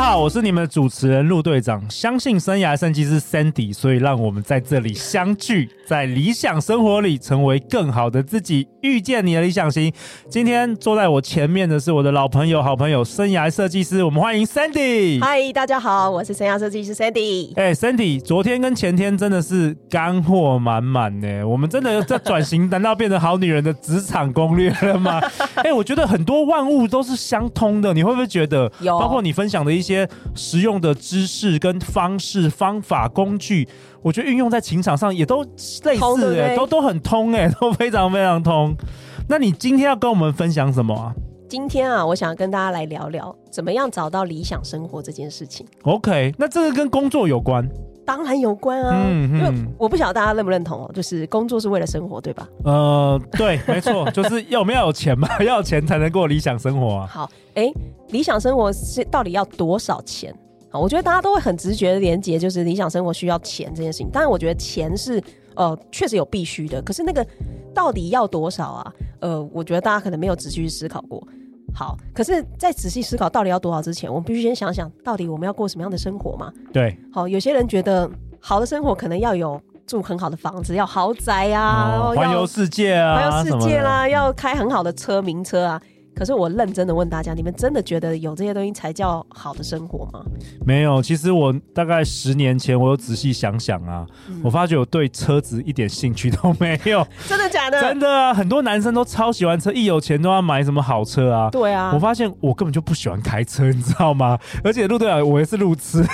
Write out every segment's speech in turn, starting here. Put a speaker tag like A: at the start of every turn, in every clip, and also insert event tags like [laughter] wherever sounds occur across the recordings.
A: 好，我是你们的主持人陆队长。相信生涯设计师 Sandy，所以让我们在这里相聚，在理想生活里成为更好的自己，遇见你的理想型。今天坐在我前面的是我的老朋友、好朋友生涯设计师，我们欢迎 Sandy。
B: 嗨，大家好，我是生涯设计师 Sandy。
A: 哎、c i n d y 昨天跟前天真的是干货满满呢。我们真的在转型， [laughs] 难道变成好女人的职场攻略了吗？哎、我觉得很多万物都是相通的，你会不会觉得？
B: 有
A: 包括你分享的一些实用的知识、跟方式、方法、工具，我觉得运用在情场上也都类
B: 通对不
A: 似，哎，
B: 对
A: 都都很通，哎，都非常非常通。那你今天要跟我们分享什么啊
B: 今天啊，我想跟大家来聊聊怎么样找到理想生活这件事情。
A: ？OK，那这个跟工作有关，
B: 当然有关啊，
A: 嗯嗯
B: 因为我不晓得大家认不认同哦，就是工作是为了生活，对吧？
A: 呃，对，没错，就是要我们要有钱嘛，要有钱才能过理想生活啊。
B: 好，哎，理想生活是到底要多少钱？啊，我觉得大家都会很直觉的连接，就是理想生活需要钱这件事情。当然，我觉得钱是呃确实有必须的，可是那个到底要多少啊？呃，我觉得大家可能没有仔细去思考过。好，可是，在仔细思考到底要多少之前，我们必须先想想到底我们要过什么样的生活嘛？
A: 对，
B: 好，有些人觉得好的生活可能要有住很好的房子，要豪宅啊，
A: 哦
B: 要
A: 环游世界啊，
B: 环游世界
A: 什么
B: 啦，要开很好的车、名车啊。可是我认真的问大家，你们真的觉得有这些东西才叫好的生活吗？
A: 的。没有，其实我大概十年前，我有仔细想想啊，
B: 嗯
A: 我发觉我对车子一点兴趣都没
B: [laughs]
A: 有，
B: 真的假的？
A: 真的啊，很多男生都超喜欢车，一有钱都要买什么好车啊。
B: 对啊
A: 我，发现我根本就不喜欢开车，你知道吗？而且陆队长，我也是路痴，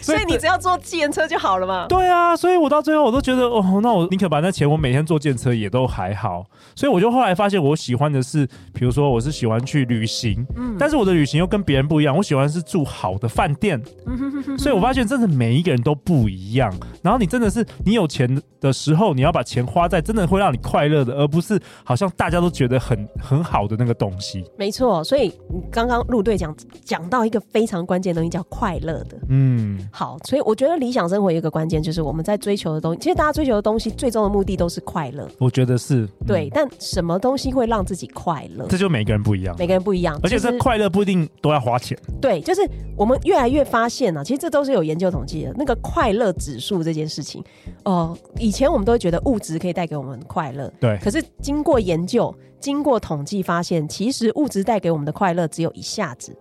B: 所以你只要坐计程车就好了嘛。
A: 对啊，所以我到最后我都觉得，哦，那我宁可把那钱，我每天坐电车也都还好。所以我就后来发现，我喜欢的是，比如说我是喜欢去旅行，
B: 嗯
A: 但是我的旅行又跟别人不一样，我喜欢是住好的饭店。
B: [laughs]
A: 所以我发现，真的每一个人都不一样。然后你真的是，你有钱的时候，你要把钱花在真的会让你快乐的，而不是好像大家都觉得很很好的那个东西。
B: 没错，所以你刚刚陆队讲讲到一个非常关键的东西，叫快乐的。
A: 嗯，
B: 好，所以我觉得理想生活有一个关键就是我们在追求的东西，其实大家追求的东西最终的目的都是快乐。
A: 我觉得是
B: 对，
A: 嗯
B: 但什么东西会让自己快乐？
A: 这就每个人不一样。
B: 每个人不一样，
A: 而且
B: 其实
A: 这快乐不一定都要花钱。
B: 对，就是我们越来越发现啊，其实这都是有研究统计的。那个快乐指数这件事情，哦、以前我们都会觉得物质可以带给我们快乐，
A: 对
B: 可是经过研究、经过统计发现，其实物质带给我们的快乐只有一下子。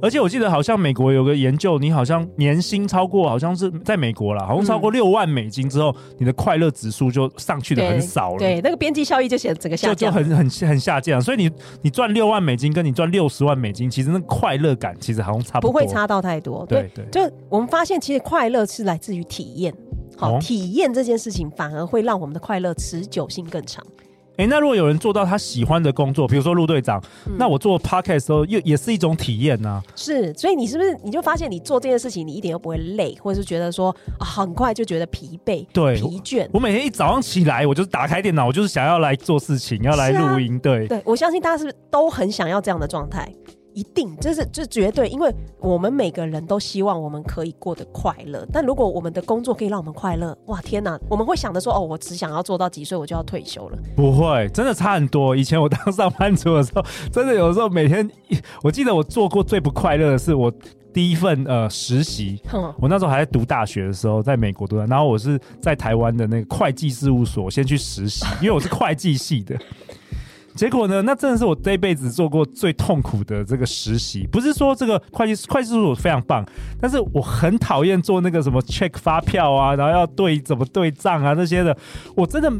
A: 而且我记得好像美国有个研究，你好像年薪超过，好像是在美国啦，好像超过六万美金之后，你的快乐指数就上去的很少了。
B: 对，那个边际效益就显整个
A: 就
B: 下
A: 就
B: 降。
A: 很很很下降，所以你你赚六万美金跟你赚六十万美金，其实那个快乐感其实好像差不
B: 不
A: 多，
B: 会差到太多，
A: 对对
B: 就我们发现，其实快乐是来自于体验，好、
A: 哦
B: 体验这件事情反而会让我们的快乐持久性更长。
A: 哎、那如果有人做到他喜欢的工作，比如说陆队长，
B: 嗯
A: 那我做 podcast 的时候又也是一种体验呐、
B: 是，所以你是不是你就发现你做这件事情，你一点都不会累，或者是觉得说、啊、很快就觉得疲惫、
A: 对
B: 疲倦？
A: 我每天一早上起来，我就是打开电脑，我就是想要来做事情，要来
B: 是啊
A: 录音，对，
B: 对我相信大家是不是都很想要这样的状态？一定，这是这绝对，因为我们每个人都希望我们可以过得快乐。但如果我们的工作可以让我们快乐，哇，天哪，我们会想着说，哦，我只想要做到几岁我就要退休了。
A: 不会，真的差很多。以前我当上班族的时候，真的有的时候每天，我记得我做过最不快乐的是我第一份呃实习。
B: 哼，
A: 我那时候还在读大学的时候，在美国读的，然后我是在台湾的那个会计事务所先去实习，因为我是会计系的。 [laughs] 结果呢，那真的是我这辈子做过最痛苦的这个实习。不是说这个会计会计事务所非常棒，但是我很讨厌做那个什么 check 发票啊，然后要对怎么对账啊那些的，我真的。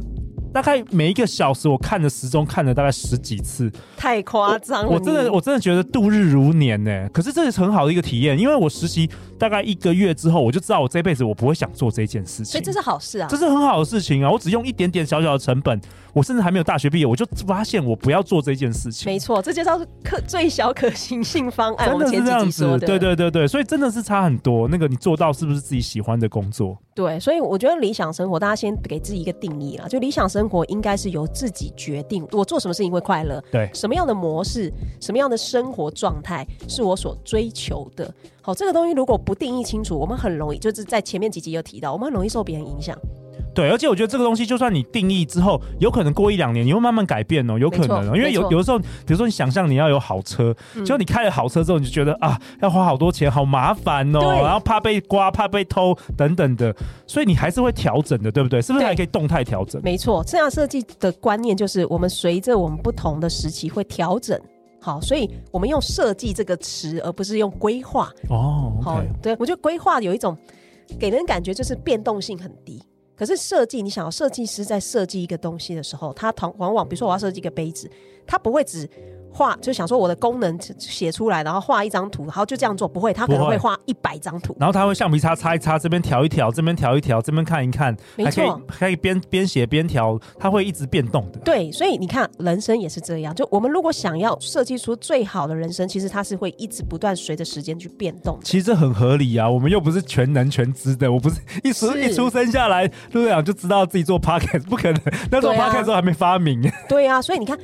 A: 大概每一个小时，我看着时钟看了大概十几次，
B: 太夸张了
A: 我真的
B: 你
A: 我真的觉得度日如年呢、可是这是很好的一个体验，因为我实习大概一个月之后，我就知道我这辈子我不会想做这件事情。
B: 所以这是好事啊
A: 这。是很好的事情啊！我只用一点点小小的成本，我甚至还没有大学毕业，我就发现我不要做这件事情。
B: 没错，这就叫做可最小可行性方案。
A: 真
B: 我们
A: 的是
B: 前
A: 这
B: 几
A: 样
B: 集说
A: 子，
B: 的，
A: 对对对对，所以真的是差很多。那个你做到是不是自己喜欢的工作？
B: 对，所以我觉得理想生活，大家先给自己一个定义啦。就理想生生活应该是由自己决定，我做什么事情会快乐，
A: 对
B: 什么样的模式、什么样的生活状态是我所追求的。好，这个东西如果不定义清楚，我们很容易就是在前面几集有提到，我们很容易受别人影响。
A: 对，而且我觉得这个东西，就算你定义之后，有可能过一两年，你会慢慢改变哦，有可能、
B: 没
A: 哦，
B: 错
A: 因为
B: 没
A: 有
B: 错嗯
A: 有的时候，比如说你想象你要有好车，结果你开了好车之后，你就觉得啊，要花好多钱，好麻烦哦，
B: 对
A: 然后怕被刮，怕被偷等等的，所以你还是会调整的，对不对？是不是
B: 对
A: 还可以动态调整？
B: 没错，生涯设计的观念就是我们随着我们不同的时期会调整。好，所以我们用设计这个词，而不是用规划。
A: 哦
B: 好
A: ，OK，，
B: 对我觉得规划有一种给人感觉就是变动性很低。可是设计，你想要设计师在设计一个东西的时候，他同往往比如说我要设计一个杯子，他不会只画，就想说我的功能写出来，然后画一张图，然后就这样做，不会，他可能
A: 不会
B: 会画一百张图。
A: 然后他会橡皮擦擦一擦，这边调一调，这边调一调，这边看一看，
B: 没
A: 还可以
B: 错
A: 还可以边边写边调，它会一直变动的。
B: 对，所以你看，人生也是这样。就我们如果想要设计出最好的人生，其实它是会一直不断随着时间去变动的。
A: 其实这很合理啊，我们又不是全能全知的，我不是一出
B: 是
A: 一出生下来，陆队长就知道自己做 podcast，不
B: [laughs]
A: 可能，那时候
B: 对啊
A: podcast 都还没发明。 [laughs]
B: 对啊，所以你看，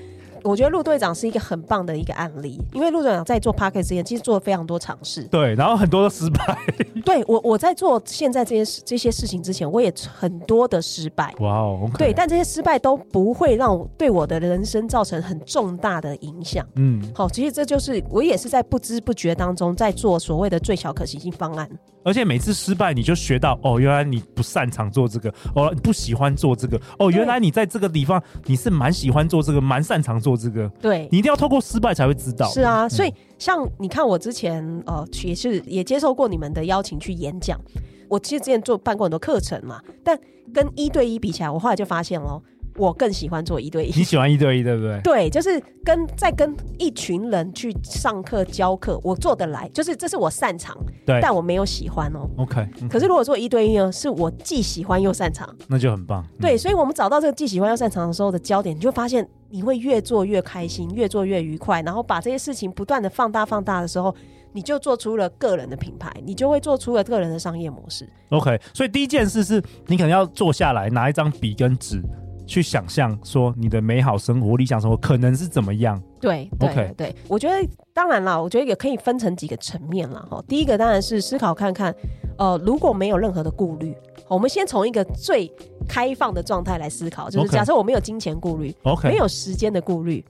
B: 我觉得陆队长是一个很棒的一个案例，因为陆队长在做 p a r k e t 之前，其实做了非常多尝试。
A: 对，然后很多都失败。
B: 对我，我在做现在这些事这些事情之前，我也很多的失败。
A: 哇哦，
B: 对，，但这些失败都不会让我对我的人生造成很重大的影响。
A: 嗯，
B: 好，其实这就是我也是在不知不觉当中在做所谓的最小可行性方案。
A: 而且每次失败你就学到，哦，原来你不擅长做这个，哦，你不喜欢做这个，哦，
B: 对
A: 原来你在这个地方你是蛮喜欢做这个，蛮擅长做这个，
B: 对，
A: 你一定嗯要透过失败才会知道。
B: 是啊，所以像你看，我之前呃也是也接受过你们的邀请去演讲，我其实之前做办过很多课程嘛，但跟一对一比起来，我后来就发现咯，我更喜欢做一对一。
A: 你喜欢一对一，对不对？
B: 对，就是跟在跟一群人去上课教课，我做得来，就是这是我擅长，
A: 对
B: 但我没有喜欢哦。
A: OK，嗯
B: 可是如果做一对一呢，是我既喜欢又擅长。
A: 那就很棒。嗯
B: 对，所以我们找到这个既喜欢又擅长的时候的焦点，你就发现你会越做越开心，越做越愉快，然后把这些事情不断的放大放大的时候，你就做出了个人的品牌，你就会做出了个人的商业模式。
A: OK，所以第一件事是你可能要坐下来，拿一张笔跟纸，去想象说你的美好生活、理想生活可能是怎么样。
B: 对对
A: OK
B: 对，我觉得当然啦，我觉得也可以分成几个层面啦。哈，第一个当然是思考看看，呃，如果没有任何的顾虑，我们先从一个最开放的状态来思考，就是
A: OK
B: 假设我没有金钱顾虑，
A: OK，
B: 没有时间的顾虑，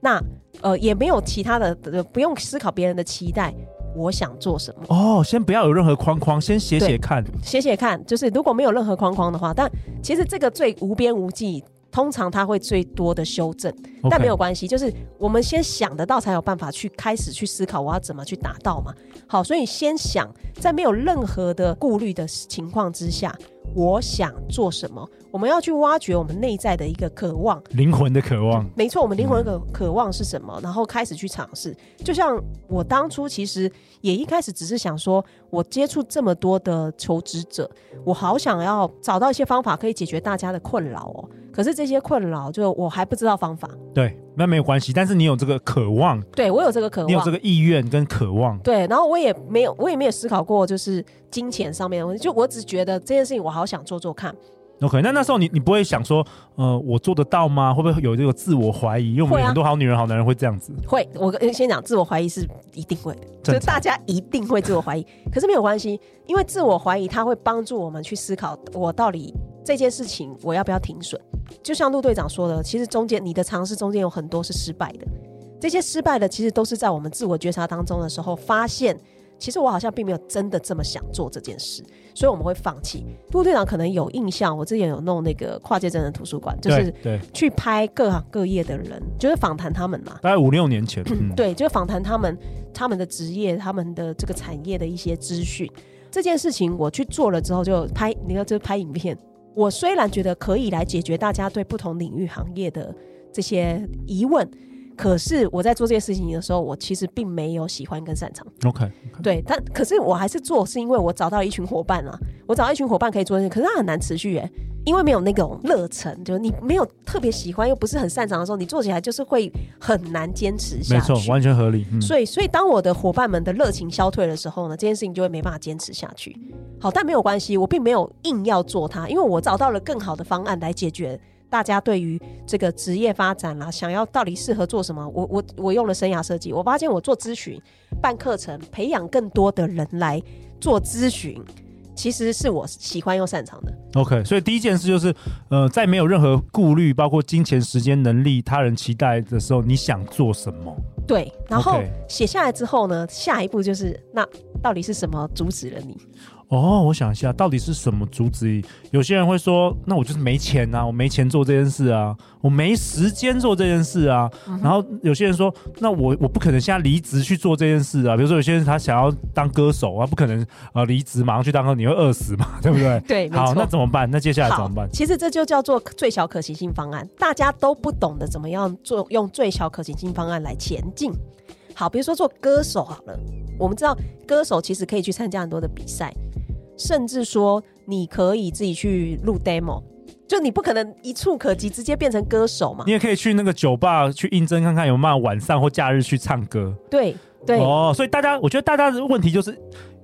B: 那呃也没有其他的、呃不用思考别人的期待。我想做什么，
A: 哦，先不要有任何框框，先写写
B: 对
A: 看。
B: 写写看。就是如果没有任何框框的话，但其实这个最无边无际，通常它会最多的修正，但
A: OK
B: 没有关系，就是我们先想得到，才有办法去开始去思考我要怎么去达到嘛。好，所以先想，在没有任何的顾虑的情况之下，我想做什么，我们要去挖掘我们内在的一个渴望，
A: 灵魂的渴望。
B: 没错，我们灵魂的渴渴望是什么？然后开始去尝试。就像我当初其实也一开始只是想说，我接触这么多的求职者，我好想要找到一些方法可以解决大家的困扰哦。可是这些困扰，就我还不知道方法。
A: 对，那没有关系，但是你有这个渴望，
B: 对我有这个渴望，
A: 你有这个意愿跟渴望。
B: 对，然后我也没有，我也没有思考过就是金钱上面的问题。就我只觉得这件事情，我好想做做看。
A: OK，那那时候你你不会想说，呃，我做得到吗？会不会有这个自我怀疑？因为我们
B: 会
A: 有
B: 啊
A: 很多好女人、好男人会这样子。
B: 会，我跟先讲，自我怀疑是一定会的，就
A: 正常
B: 是大家一定会自我怀疑。可是没有关系，因为自我怀疑它会帮助我们去思考，我到底这件事情我要不要停损。就像陆队长说的，其实中间你的尝试中间有很多是失败的，这些失败的其实都是在我们自我觉察当中的时候发现。其实我好像并没有真的这么想做这件事，所以我们会放弃。陆队长可能有印象，我之前有弄那个跨界真人图书馆，就是
A: 对对，
B: 去拍各行各业的人，就是访谈他们嘛。
A: 大概五六年前。嗯，
B: 对，就访谈他们他们的职业、他们的这个产业的一些资讯。这件事情我去做了之后，就拍，你看，就是拍影片。我虽然觉得可以来解决大家对不同领域行业的这些疑问，可是我在做这些事情的时候，我其实并没有喜欢跟擅长。
A: OK，
B: 对，但可是我还是做，是因为我找到一群伙伴啊，我找到一群伙伴可以做这些，可是它很难持续哎、因为没有那种热忱，就是你没有特别喜欢又不是很擅长的时候，你做起来就是会很难坚持
A: 没
B: 下去。
A: 错，完全合理。嗯，
B: 所以，所以当我的伙伴们的热情消退的时候呢，这件事情就会没办法坚持下去。好，但没有关系，我并没有硬要做它，因为我找到了更好的方案来解决大家对于这个职业发展啦，想要到底适合做什么，我我我用了生涯设计，我发现我做咨询、办课程，培养更多的人来做咨询，其实是我喜欢又擅长的。
A: OK，所以第一件事就是，呃，在没有任何顾虑，包括金钱、时间、能力、他人期待的时候，你想做什么？
B: 对，然后
A: OK
B: 写下来之后呢，下一步就是那到底是什么阻止了你？
A: 哦，我想一下，到底是什么阻止？有些人会说，那我就是没钱啊，我没钱做这件事啊，我没时间做这件事啊。
B: 嗯
A: 然后有些人说，那我我不可能现在离职去做这件事啊。比如说有些人他想要当歌手啊，不可能呃离职马上去当歌手，你会饿死嘛， [laughs] 对不对？
B: [laughs] 对没
A: 好，
B: 错
A: 那怎么办？那接下来怎么办？
B: 其实这就叫做最小可行性方案，大家都不懂得怎么样做，用最小可行性方案来前进。好，比如说做歌手好了，我们知道歌手其实可以去参加很多的比赛，甚至说你可以自己去录 demo，就你不可能一触可及直接变成歌手嘛
A: 你？也可以去那个酒吧去应征看看有没有办法晚上或假日去唱歌。
B: 对对，
A: 哦，所以大家，我觉得大家的问题就是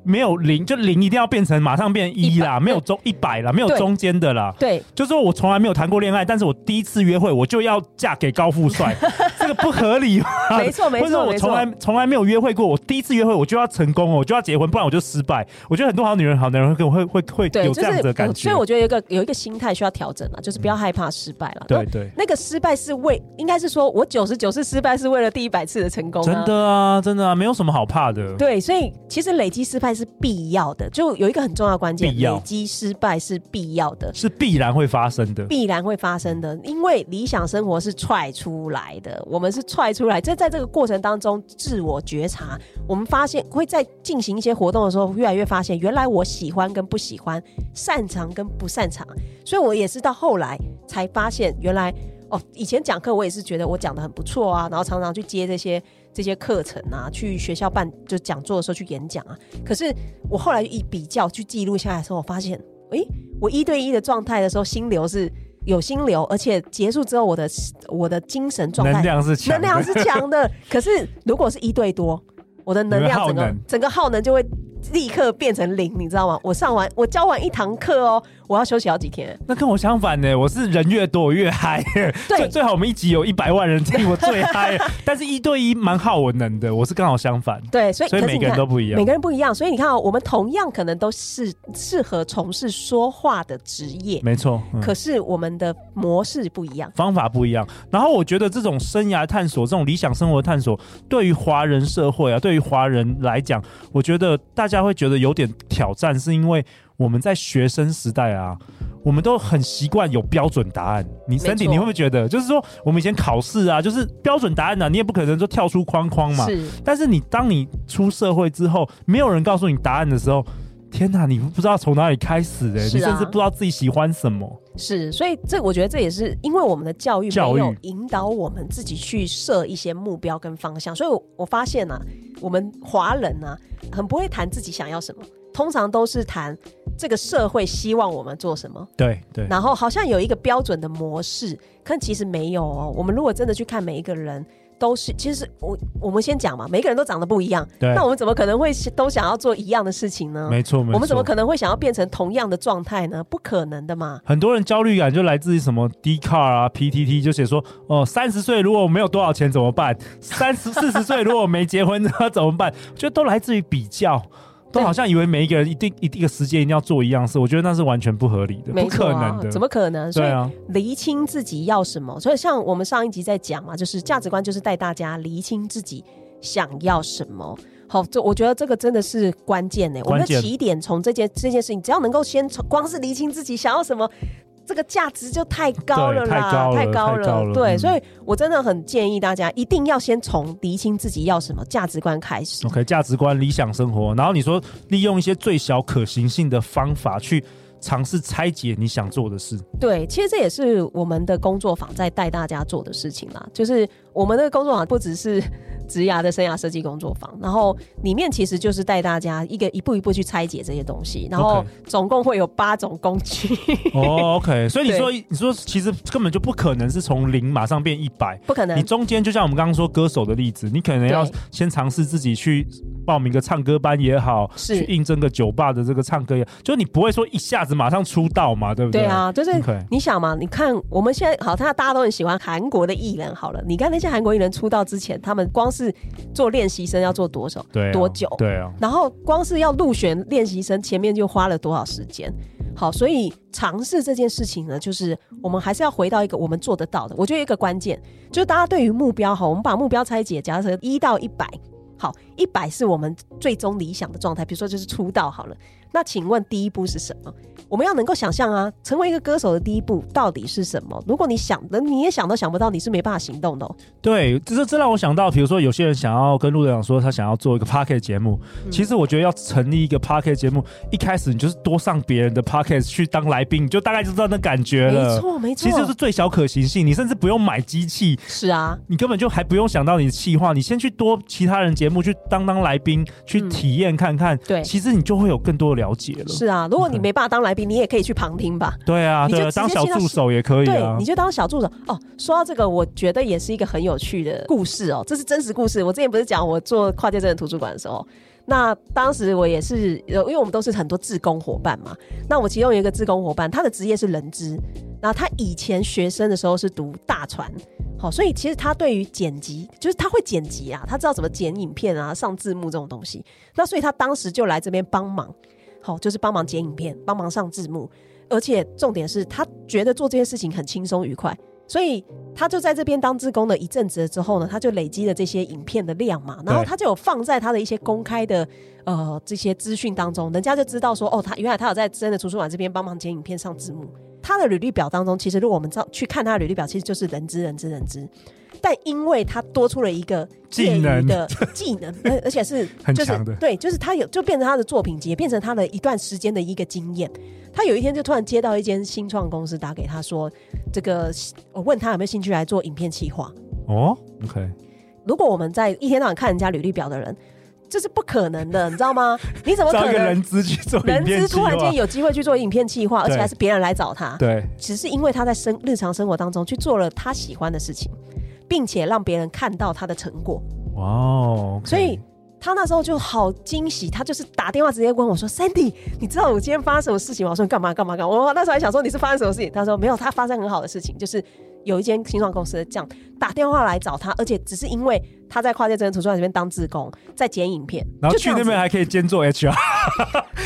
A: 没有零，就零一定要变成马上变一啦，
B: 100
A: 没有中一百啦，没有
B: 对
A: 中间的啦。
B: 对，
A: 就说我从来没有谈过恋爱，但是我第一次约会我就要嫁给高富
B: [laughs]
A: 帅，这个不合理吧？
B: 没错没错
A: 或者说我
B: 没错
A: 从来从来没有约会过，我第一次约会我就要成功哦，我就要结婚，不然我就失败。我觉得很多好女人、好男人会跟我会会会
B: 对，
A: 有这
B: 就是
A: 样子的感
B: 我
A: 觉。
B: 所以我觉得有一个有一个心态需要调整了，啊就是不要害怕失败了。
A: 对对
B: 那，那个失败是为，应该是说我九十九次失败是为了第一百次的成功、啊。
A: 真。的啊，真的啊，没有什么好怕的。
B: 对，所以其实累积失败是必要的，就有一个很重要的关键，
A: 必要
B: 累积失败是必要的，
A: 是必然会发生的。
B: 必然会发生的，因为理想生活是踹出来的，我们是踹出来，这在这个过程当中自我觉察，我们发现会在进行一些活动的时候，越来越发现原来我喜欢跟不喜欢，擅长跟不擅长，所以我也是到后来才发现原来。哦，以前讲课我也是觉得我讲的很不错啊，然后常常去接这些这些课程啊，去学校办就讲座的时候去演讲啊。可是我后来一比较去记录下来的时候，我发现，诶，我一对一的状态的时候，心流是有心流，而且结束之后，我的我的精神状
A: 能
B: 态
A: 量是强的，
B: 能量是强的。可是如果是一对多，我的能量
A: 你会耗
B: 整个
A: 能
B: 整个耗能就会立刻变成零，你知道吗？我上完我教完一堂课哦，我要休息好几天。
A: 那跟我相反呢，我是人越多我越嗨，
B: 对
A: 最最好我们一集有一百万人听，我最
B: [laughs]
A: 嗨。但是一对一蛮耗我能的，我是刚好相反。
B: 对，所以
A: 所以
B: 可是
A: 每
B: 你
A: 个人
B: 看
A: 都不一样
B: 每个人不一样。所以你看、哦，我们同样可能都是适合从事说话的职业，
A: 没错，嗯
B: 可是我们的模式不一样。
A: 方法不一样。然后我觉得这种生涯探索、这种理想生活探索，对于华人社会啊，对于华人来讲，我觉得大家会觉得有点挑战，是因为我们在学生时代啊。我们都很习惯有标准答案，你身体
B: 没错
A: 你会不会觉得，就是说我们以前考试啊，就是标准答案啊，你也不可能说跳出框框嘛。
B: 是，
A: 但是你当你出社会之后，没有人告诉你答案的时候，天哪，你不知道从哪里开始哎、
B: 是
A: 你
B: 啊
A: 甚至不知道自己喜欢什么。
B: 是，所以这我觉得这也是因为我们的教育
A: 教
B: 没有
A: 育
B: 引导我们自己去设一些目标跟方向，所以我我发现呢、啊，我们华人呢、啊、很不会谈自己想要什么，通常都是谈这个社会希望我们做什么，
A: 对对，
B: 然后好像有一个标准的模式，可其实没有哦。我们如果真的去看每一个人。都是，其实我我们先讲嘛，每个人都长得不一样，
A: 对
B: 那我们怎么可能会都想要做一样的事情呢？
A: 没错没错。
B: 我们怎么可能会想要变成同样的状态呢？不可能的嘛。
A: 很多人焦虑感就来自于什么 D car 啊、PTT，就写说哦，三十岁如果我没有多少钱怎么办？三十四十岁如果我没结婚怎么办？我觉得都来自于比较。都
B: 对
A: 好像以为每一个人一定一定一个时间一定要做一样事，我觉得那是完全不合理的，不
B: 没错
A: 可
B: 啊
A: 能的。
B: 怎么可能？所
A: 对
B: 以
A: 啊？
B: 厘清自己要什么。所以像我们上一集在讲嘛，就是价值观，就是带大家厘清自己想要什么。好，这我觉得这个真的是关键呢、我们
A: 关
B: 的
A: 键
B: 起点从这件这件事情，只要能够先从光是厘清自己想要什么，这个价值就太高了啦，
A: 对太高了
B: 高
A: 太高了
B: 对，
A: 嗯
B: 所以我真的很建议大家一定要先从厘清自己要什么价值观开始。
A: OK，价值观、理想生活，然后你说利用一些最小可行性的方法去尝试拆解你想做的事。
B: 对，其实这也是我们的工作坊在带大家做的事情啦。就是我们的工作坊不只是 [laughs] 职涯的生涯设计工作坊，然后里面其实就是带大家一个一步一步去拆解这些东西，然后
A: OK
B: 总共会有八种工具，
A: 哦、o k 所以
B: [laughs]
A: 你说你说其实根本就不可能是从零马上变一百，
B: 不可
A: 你
B: 能。
A: 中间就像我们刚刚说歌手的例子，你可能要
B: 对
A: 先尝试自己去报名个唱歌班也好，
B: 是
A: 去应征个酒吧的这个唱歌也好，就你不会说一下子马上出道嘛，对不对？
B: 对啊，就是
A: OK
B: 你想嘛，你看我们现在好，他大家都很喜欢韩国的艺人。好了，你看那些韩国艺人出道之前，他们光是做练习生要做多少
A: 对啊，
B: 多久，
A: 对啊，
B: 然后光是要入选练习生，前面就花了多少时间？好，所以尝试这件事情呢，就是我们还是要回到一个我们做得到的。我觉得有一个关键就是大家对于目标哈，我们把目标拆解，假设一到一百，好，一百是我们最终理想的状态，比如说就是出道好了。那请问第一步是什么？我们要能够想象啊，成为一个歌手的第一步到底是什么？如果你想的你也想都想不到，你是没办法行动的、哦。
A: 对，这这这让我想到，比如说有些人想要跟陆队长说他想要做一个 p o c k e t 节目，
B: 嗯
A: 其实我觉得要成立一个 p o c k e t 节目，一开始你就是多上别人的 p o c k e t 去当来宾，你就大概就知道那感觉了。
B: 没错，没错，
A: 啊其实就是最小可行性，你甚至不用买机器，
B: 是啊，
A: 你根本就还不用想到你的企划，你先去多其他人节目去当当来宾，去
B: 嗯
A: 体验看看，
B: 对
A: 其实你就会有更多的了解了。
B: 是啊。如果你
A: OK
B: 没办法当来宾，你也可以去旁听吧。
A: 对啊，
B: 你就
A: 对啊，
B: 直接
A: 当小
B: 去到
A: 助手也可以
B: 对，
A: 啊
B: 你。就当小助手哦。说到这个，我觉得也是一个很有趣的故事哦，这是真实故事。我之前不是讲我做跨界真人图书馆的时候，那当时我也是，呃因为我们都是很多志工伙伴嘛。那我其中有一个志工伙伴，他的职业是人资，然后他以前学生的时候是读大传。好，所以其实他对于剪辑，就是他会剪辑啊，他知道怎么剪影片啊、上字幕这种东西。那所以他当时就来这边帮忙，好，就是帮忙剪影片，帮忙上字幕。而且重点是他觉得做这件事情很轻松愉快，所以他就在这边当志工了一阵子之后呢，他就累积了这些影片的量嘛，然后他就有放在他的一些公开的呃这些资讯当中，人家就知道说哦，他原来他有在真的图书馆这边帮忙剪影片上字幕。他的履历表当中，其实如果我们这样去看他的履历表，其实就是人资、人资、人资。但因为他多出了一个业余的技能， [laughs] 而而且是
A: 很
B: 就是
A: 强的
B: 对，就是他有就变成他的作品集，也变成他的一段时间的一个经验。他有一天就突然接到一间新创公司打给他说，这个我问他有没有兴趣来做影片企划。
A: 哦，OK，
B: 如果我们在一天到晚看人家履历表的人，这是不可能的，你知道吗？你怎么
A: 找
B: 可
A: 一个
B: 能
A: 人资去做影
B: 人
A: 片
B: 资
A: 计划
B: 突然间有机会去做影片企划，而且
A: 对
B: 还是别人来找他？
A: 对
B: 只是因为他在生日常生活当中去做了他喜欢的事情，并且让别人看到他的成果，
A: 哇哦，
B: 所以。他那时候就好惊喜，他就是打电话直接问我说：“Sandy，你知道我今天发生什么事情吗？”我说：“你干嘛干嘛干嘛？”我那时候还想说你是发生什么事情，他说：“没有，他发生很好的事情，就是有一间新创公司这样打电话来找他，而且只是因为他在跨界真人图书馆这边当志工，在剪影片，
A: 然后
B: 就
A: 去
B: 这样
A: 那
B: 子
A: 边还可以兼做 HR，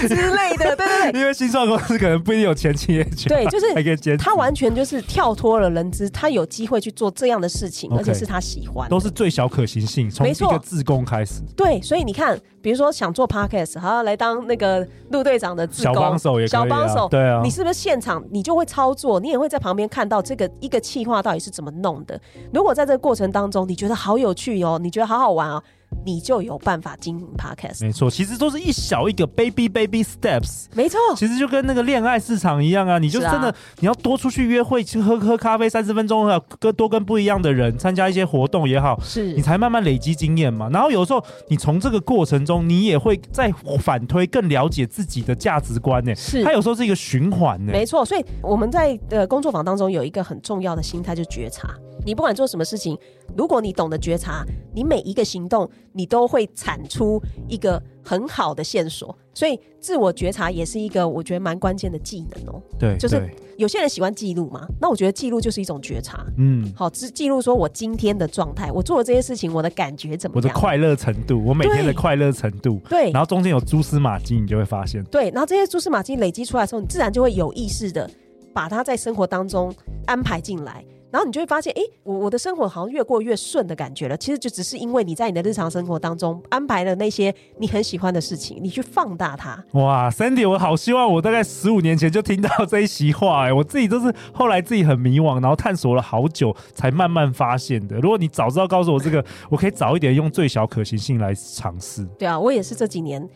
B: 之类的，对对
A: [laughs]
B: 对，
A: 因为新创公司可能不一定有前期 HR，
B: 对就是
A: 还可以兼职
B: 他完全就是跳脱了人资，他有机会去做这样的事情，
A: OK
B: 而且是他喜欢的
A: 都是最小可行性，从一
B: 没错
A: 个自贡开始，
B: 对，所以你看，比如说想做 podcast，还要来当那个陆队长的志
A: 小
B: 工
A: 帮手也可以啊
B: 小帮手，
A: 对啊
B: 你是不是现场你就会操作，你也会在旁边看到这个一个企划到底是怎么弄的？如果在这个过程当中你觉得好有趣哦，你觉得好好玩哦，你就有办法经营 podcast。
A: 没错，其实都是一小一个 baby baby steps。
B: 没错，
A: 其实就跟那个恋爱市场一样啊，你就是
B: 啊
A: 真的、你要多出去约会，去喝喝咖啡三十分钟啊，跟多跟不一样的人参加一些活动也好，
B: 是
A: 你才慢慢累积经验嘛。然后有时候你从这个过程中，你也会再反推，更了解自己的价值观呢、
B: 是
A: 它有时候是一个循环呢、
B: 没错，所以我们在呃工作坊当中有一个很重要的心态，就是觉察。你不管做什么事情，如果你懂得觉察，你每一个行动，你都会产出一个很好的线索。所以，自我觉察也是一个我觉得蛮关键的技能哦。
A: 对，
B: 就是
A: 哎对
B: 有些人喜欢记录嘛，那我觉得记录就是一种觉察。
A: 嗯，
B: 好，只记录说我今天的状态，我做了这些事情，我的感觉怎么
A: 我
B: 样？
A: 的快乐程度，我每天的
B: 对
A: 快乐程度，
B: 对
A: 然后中间有蛛丝马迹，你就会发现。
B: 对，然后这些蛛丝马迹累积出来的时候，你自然就会有意识的把它在生活当中安排进来，然后你就会发现，诶，我我的生活好像越过越顺的感觉了。其实就只是因为你在你的日常生活当中安排了那些你很喜欢的事情，你去放大它。
A: 哇，Sandy，我好希望我大概十五年前就听到这一席话、哎，我自己都是后来自己很迷惘，然后探索了好久才慢慢发现的。如果你早知道告诉我这个，我可以早一点用最小可行性来尝试。
B: 对啊，我也是这几年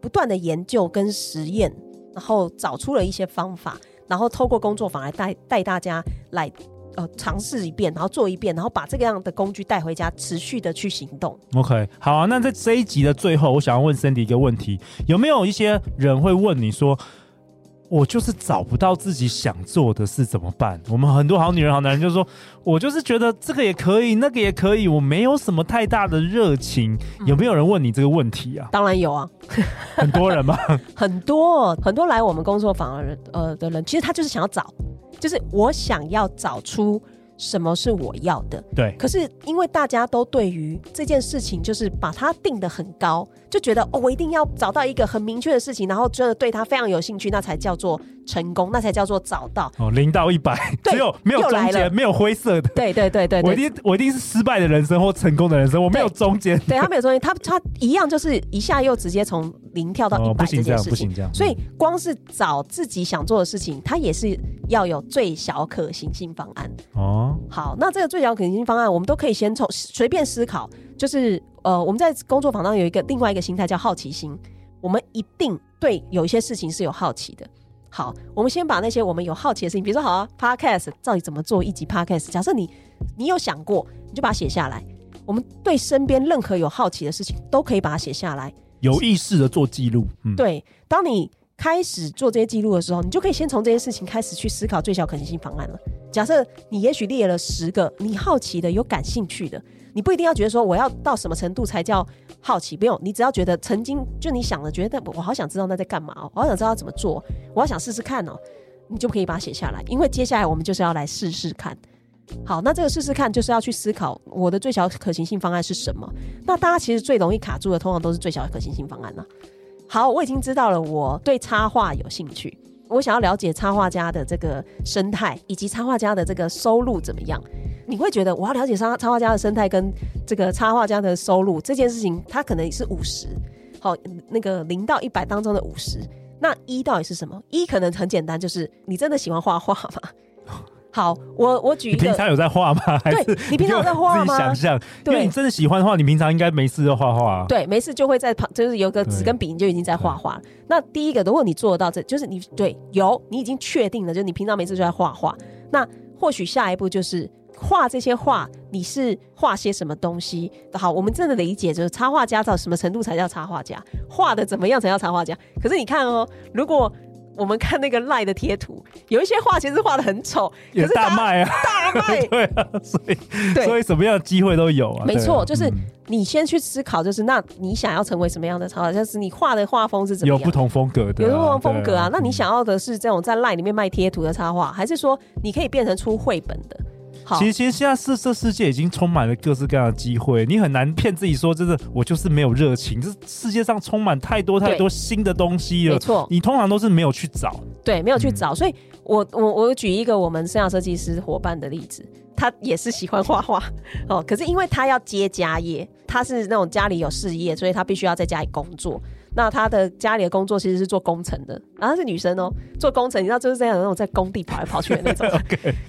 B: 不断的研究跟实验，然后找出了一些方法，然后透过工作坊来带带大家来呃尝试一遍，然后做一遍，然后把这个样的工具带回家，持续的去行动。
A: OK，好啊。那在这一集的最后，我想要问 Sandy 一个问题：有没有一些人会问你说，我就是找不到自己想做的事怎么办？我们很多好女人、好男人就说，我就是觉得这个也可以，那个也可以，我没有什么太大的热情。
B: 嗯
A: 有没有人问你这个问题啊？
B: 当然有啊，
A: 很多人
B: [laughs]
A: 吧，
B: 很多很多来我们工作坊的人呃的人，其实他就是想要找，就是我想要找出什么是我要的。
A: 对，
B: 可是因为大家都对于这件事情，就是把它定得很高，就觉得哦，我一定要找到一个很明确的事情，然后真的对它非常有兴趣，那才叫做成功，那才叫做找到。
A: 哦，零到一百，
B: 对
A: 只有没有
B: 又来
A: 中
B: 了
A: 间，没有灰色的。
B: 对对对对
A: 我
B: 对
A: 一，定我一定是失败的人生或成功的人生，我没有
B: 对
A: 中间。
B: 对他没有中间，他他一样就是一下又直接从零跳到
A: 哦
B: 一
A: 不
B: 百
A: 行
B: 这
A: 这
B: 件
A: 样，
B: 事
A: 不
B: 情
A: 行。这样。嗯
B: 所以光是找自己想做的事情，它也是要有最小可行性方案。
A: 哦，
B: 好，那这个最小可行性方案，我们都可以先从随便思考，就是呃，我们在工作坊上有一个另外一个心态叫好奇心，我们一定对有一些事情是有好奇的。好，我们先把那些我们有好奇的事情，比如说好啊，podcast 到底怎么做一集 podcast？假设你你有想过，你就把它写下来。我们对身边任何有好奇的事情，都可以把它写下来。
A: 有意识的做记录，嗯，
B: 对，当你开始做这些记录的时候，你就可以先从这些事情开始去思考最小可行性方案了。假设你也许列了十个你好奇的、有感兴趣的，你不一定要觉得说我要到什么程度才叫好奇，不用，你只要觉得曾经就你想了，觉得我好想知道那在干嘛哦，我好想知道怎么做，我好想试试看哦，你就可以把它写下来，因为接下来我们就是要来试试看。好，那这个试试看就是要去思考我的最小可行性方案是什么。那大家其实最容易卡住的，通常都是最小可行性方案啦、好，我已经知道了，我对插画有兴趣，我想要了解插画家的这个生态，以及插画家的这个收入怎么样。你会觉得我要了解插插画家的生态跟这个插画家的收入这件事情，它可能是五十，好，那个零到一百当中的五十，那一到底是什么？一可能很简单，就是你真的喜欢画画吗？ [laughs] 好，我我举一
A: 你平
B: 个，
A: 常有在画吗？还是
B: 对你平常有在画吗
A: 自己想象，因为
B: 对
A: 你真的喜欢的话，你平常应该没事就画画啊。
B: 对，没事就会在旁，就是有个纸跟笔，你就已经在画画了。那第一个，如果你做得到这，就是你对有，你已经确定了，就是你平常没事就在画画。那或许下一步就是画这些画，你是画些什么东西？好，我们真的理解就是插画家到什么程度才叫插画家，画的怎么样才叫插画家？可是你看哦，如果我们看那个赖的贴图，有一些画其实画的很丑，可
A: 也
B: 是
A: 大卖啊， [laughs]
B: 大卖
A: 对啊，所以
B: 对
A: 所以什么样的机会都有啊。
B: 没
A: 对啊
B: 错，就是
A: 嗯
B: 你先去思考，就是那你想要成为什么样的插画家？就是你画的画风是怎么
A: 有
B: 样？
A: 不同风格的啊，
B: 有不同风格啊。
A: 对
B: 那你想要的是这种在 LINE 里面卖贴图的插画，还是说你可以变成出绘本的？好
A: 其，实，其实现在是这世界已经充满了各式各样的机会，你很难骗自己说，真的我就是没有热情。这世界上充满太多
B: 对
A: 太多新的东西
B: 没
A: 了，
B: 错，
A: 你通常都是没有去
B: [laughs]
A: 找。
B: 对，没有
A: 嗯
B: 去找。所以我我我举一个我们生涯设计师伙伴的例子，他也是喜欢画画 [laughs] 哦，可是因为他要接家业，他是那种家里有事业，所以他必须要在家里工作。那他的家里的工作其实是做工程的，然后她是女生哦，做工程，你知道就是这样那种在工地跑来跑去的那种。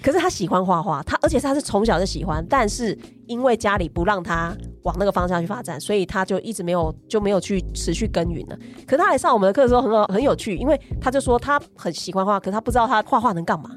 B: 可是她喜欢画画，她而且她是从小就喜欢，但是因为家里不让她往那个方向去发展，所以她就一直没有就没有去持续耕耘了。可是她来上我们的课的时候很好很有趣，因为她就说她很喜欢画，可是她不知道她画画能干嘛。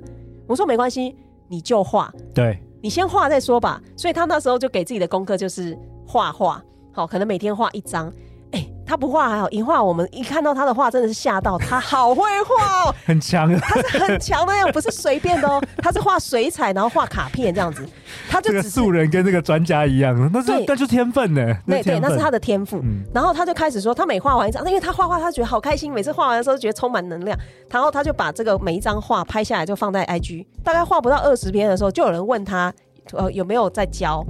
B: 我说没关系，你就画，
A: 对，
B: 你先画再说吧。所以他那时候就给自己的功课就是画画，好，可能每天画一张。哎、他不画还好，一画我们一看到他的画真的是吓到，他好会画哦，
A: 很强啊，
B: 他是很强的哟，不是随便的哦，他是画水彩，然后画卡片这样子，他
A: [laughs]
B: 就
A: 这个
B: 只是
A: 素人跟这个专家一样，那是
B: 对
A: 那就是天分呢。
B: 对对，
A: 天
B: 那
A: 分
B: 是他的天赋。
A: 嗯
B: 然后他就开始说，他每画完一张，因为他画画他觉得好开心，每次画完的时候就觉得充满能量。然后他就把这个每一张画拍下来，就放在 IG。大概画不到二十篇的时候，就有人问他，呃，有没有
A: [laughs]
B: 在教？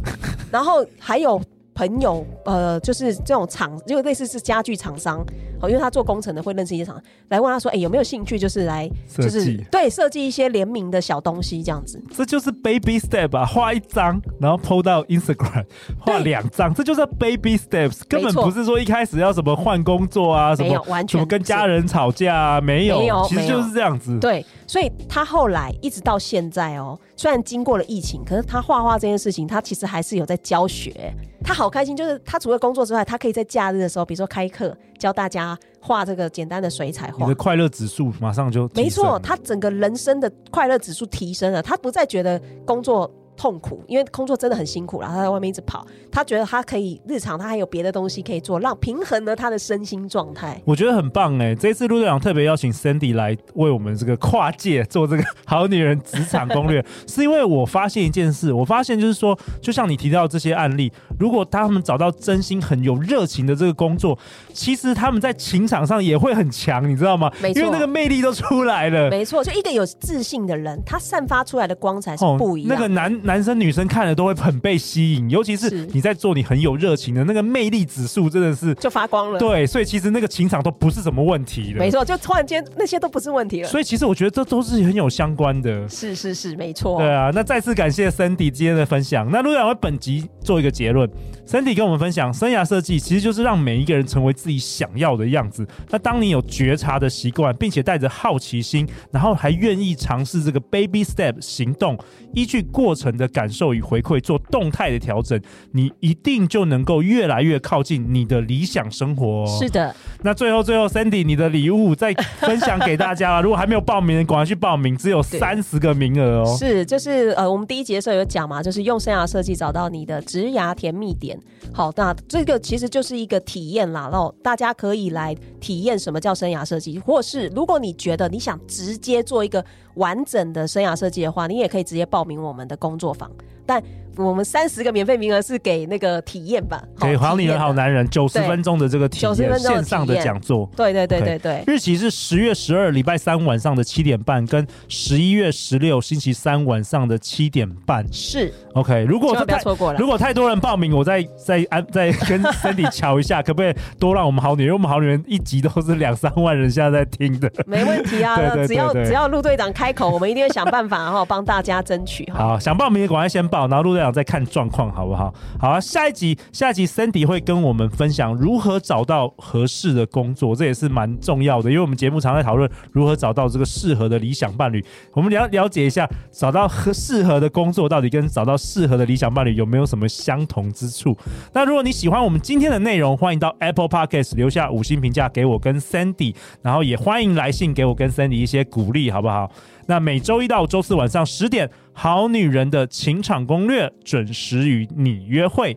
B: 然后还有朋友，呃，就是这种厂，就类似是家具厂商，哦，因为他做工程的会认识一些厂商，来问他说，哎、有没有兴趣，就是来
A: 设
B: 就
A: 计
B: 是对设计一些联名的小东西这样子。
A: 这就是 baby step 啊，画一张，然后 PO 到 Instagram，画两张，这就是 baby steps，根本
B: 没错
A: 不是说一开始要什么换工作啊，什
B: 没有
A: 么
B: 完
A: 什
B: 全
A: 么跟
B: 不是
A: 家人吵架啊，没有，
B: 没有
A: 其实
B: 没
A: 就
B: 有
A: 是这样子。
B: 对，所以他后来一直到现在哦，虽然经过了疫情，可是他画画这件事情，他其实还是有在教学。他好开心，就是他除了工作之外，他可以在假日的时候，比如说开课教大家画这个简单的水彩
A: 你
B: 画
A: 的。快乐指数马上就提
B: 没
A: 升
B: 错，
A: 了
B: 他整个人生的快乐指数提升了，他不再觉得工作痛苦，因为工作真的很辛苦啦，他在外面一直跑，他觉得他可以日常他还有别的东西可以做，让平衡了他的身心状态。
A: 我觉得很棒哎、这次陆队长特别邀请 Sandy 来为我们这个跨界做这个好女人职场攻
B: [laughs]
A: 略，是因为我发现一件事，我发现就是说，就像你提到这些案例，如果他们找到真心很有热情的这个工作，其实他们在情场上也会很强，你知道吗？
B: 没错
A: 因为那个魅力都出来了。
B: 没错，就一个有自信的人，他散发出来的光彩是不一样
A: 哦那
B: 的。
A: 个男男生女生看了都会很被吸引，尤其是
B: 是
A: 你在做你很有热情的那个魅力指数真的是
B: 就发光了。，
A: 对，所以其实那个情场都不是什么问题的
B: 没。错，就突然间那些都不是问 [laughs] 题了。
A: 所以其实我觉得这都是很有相关的。
B: 是是是，没错。
A: 对啊，那再次感谢 Cindy 今天的分享。那陆远为本集做一个结论，Cindy 跟我们分享，生涯设计其实就是让每一个人成为自己想要的样子。那当你有觉察的习惯，并且带着好奇心，然后还愿意尝试这个 baby step 行动，依据过程的感受与回馈做动态的调整，你一定就能够越来越靠近你的理想生活、哦。
B: 是的，
A: 那最后最后，Sandy，你的礼物再分享给大家
B: [laughs]
A: 吧。如果还没有报名的，赶快去报名，只有
B: 对
A: 三十个名额哦。
B: 是就是呃，我们第一节的时候有讲嘛，就是用生涯设计找到你的职涯甜蜜点。好，那这个其实就是一个体验啦，然后大家可以来体验什么叫生涯设计，或是如果你觉得你想直接做一个完整的生涯设计的话，你也可以直接报名我们的工作坊。但我们三十个免费名额是给那个体验吧，
A: 给黄女
B: 体验
A: 人好
B: 的。
A: 男人九十
B: 对
A: 分钟的这个体
B: 90分
A: 验，
B: 钟的
A: 线上的
B: 体验
A: 讲座。
B: 对对对
A: OK
B: 对对，
A: 日期是十月十二礼拜三晚上的七点半，跟十一月十六星期三晚上的七点半。
B: 是，
A: OK，如果
B: 千万不要
A: 太
B: 错过了
A: 如。果太多人报名，我再再安
B: [laughs]
A: 再跟 Sandy 瞧一下，可不可以多让我们好女人？因为我们好女人一集都是两三万人现在在听的。
B: 没问题啊，
A: [laughs] 对对对
B: 只要
A: 对
B: 只要陆队长开口，我们一定会想办法哈，帮大家争取哈。
A: 好，想报名的赶快先报，然后陆队长再看状况，好不好？好、啊，下一集，下一集 Cindy 会跟我们分享如何找到合适的工作，这也是蛮重要的，因为我们节目常在讨论如何找到这个适合的理想伴侣。我们了了解一下，找到合适合的工作到底跟找到适合的理想伴侣有没有什么相同之处？那如果你喜欢我们今天的内容，欢迎到 Apple Podcast 留下五星评价给我跟 Sandy，然后也欢迎来信给我跟 Sandy 一些鼓励，好不好？那每周一到周四晚上十点，《好女人的情场攻略》准时与你约会。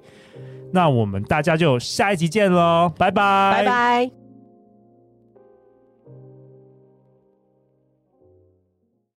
A: 那我们大家就下一集见喽，拜拜，
B: 拜拜。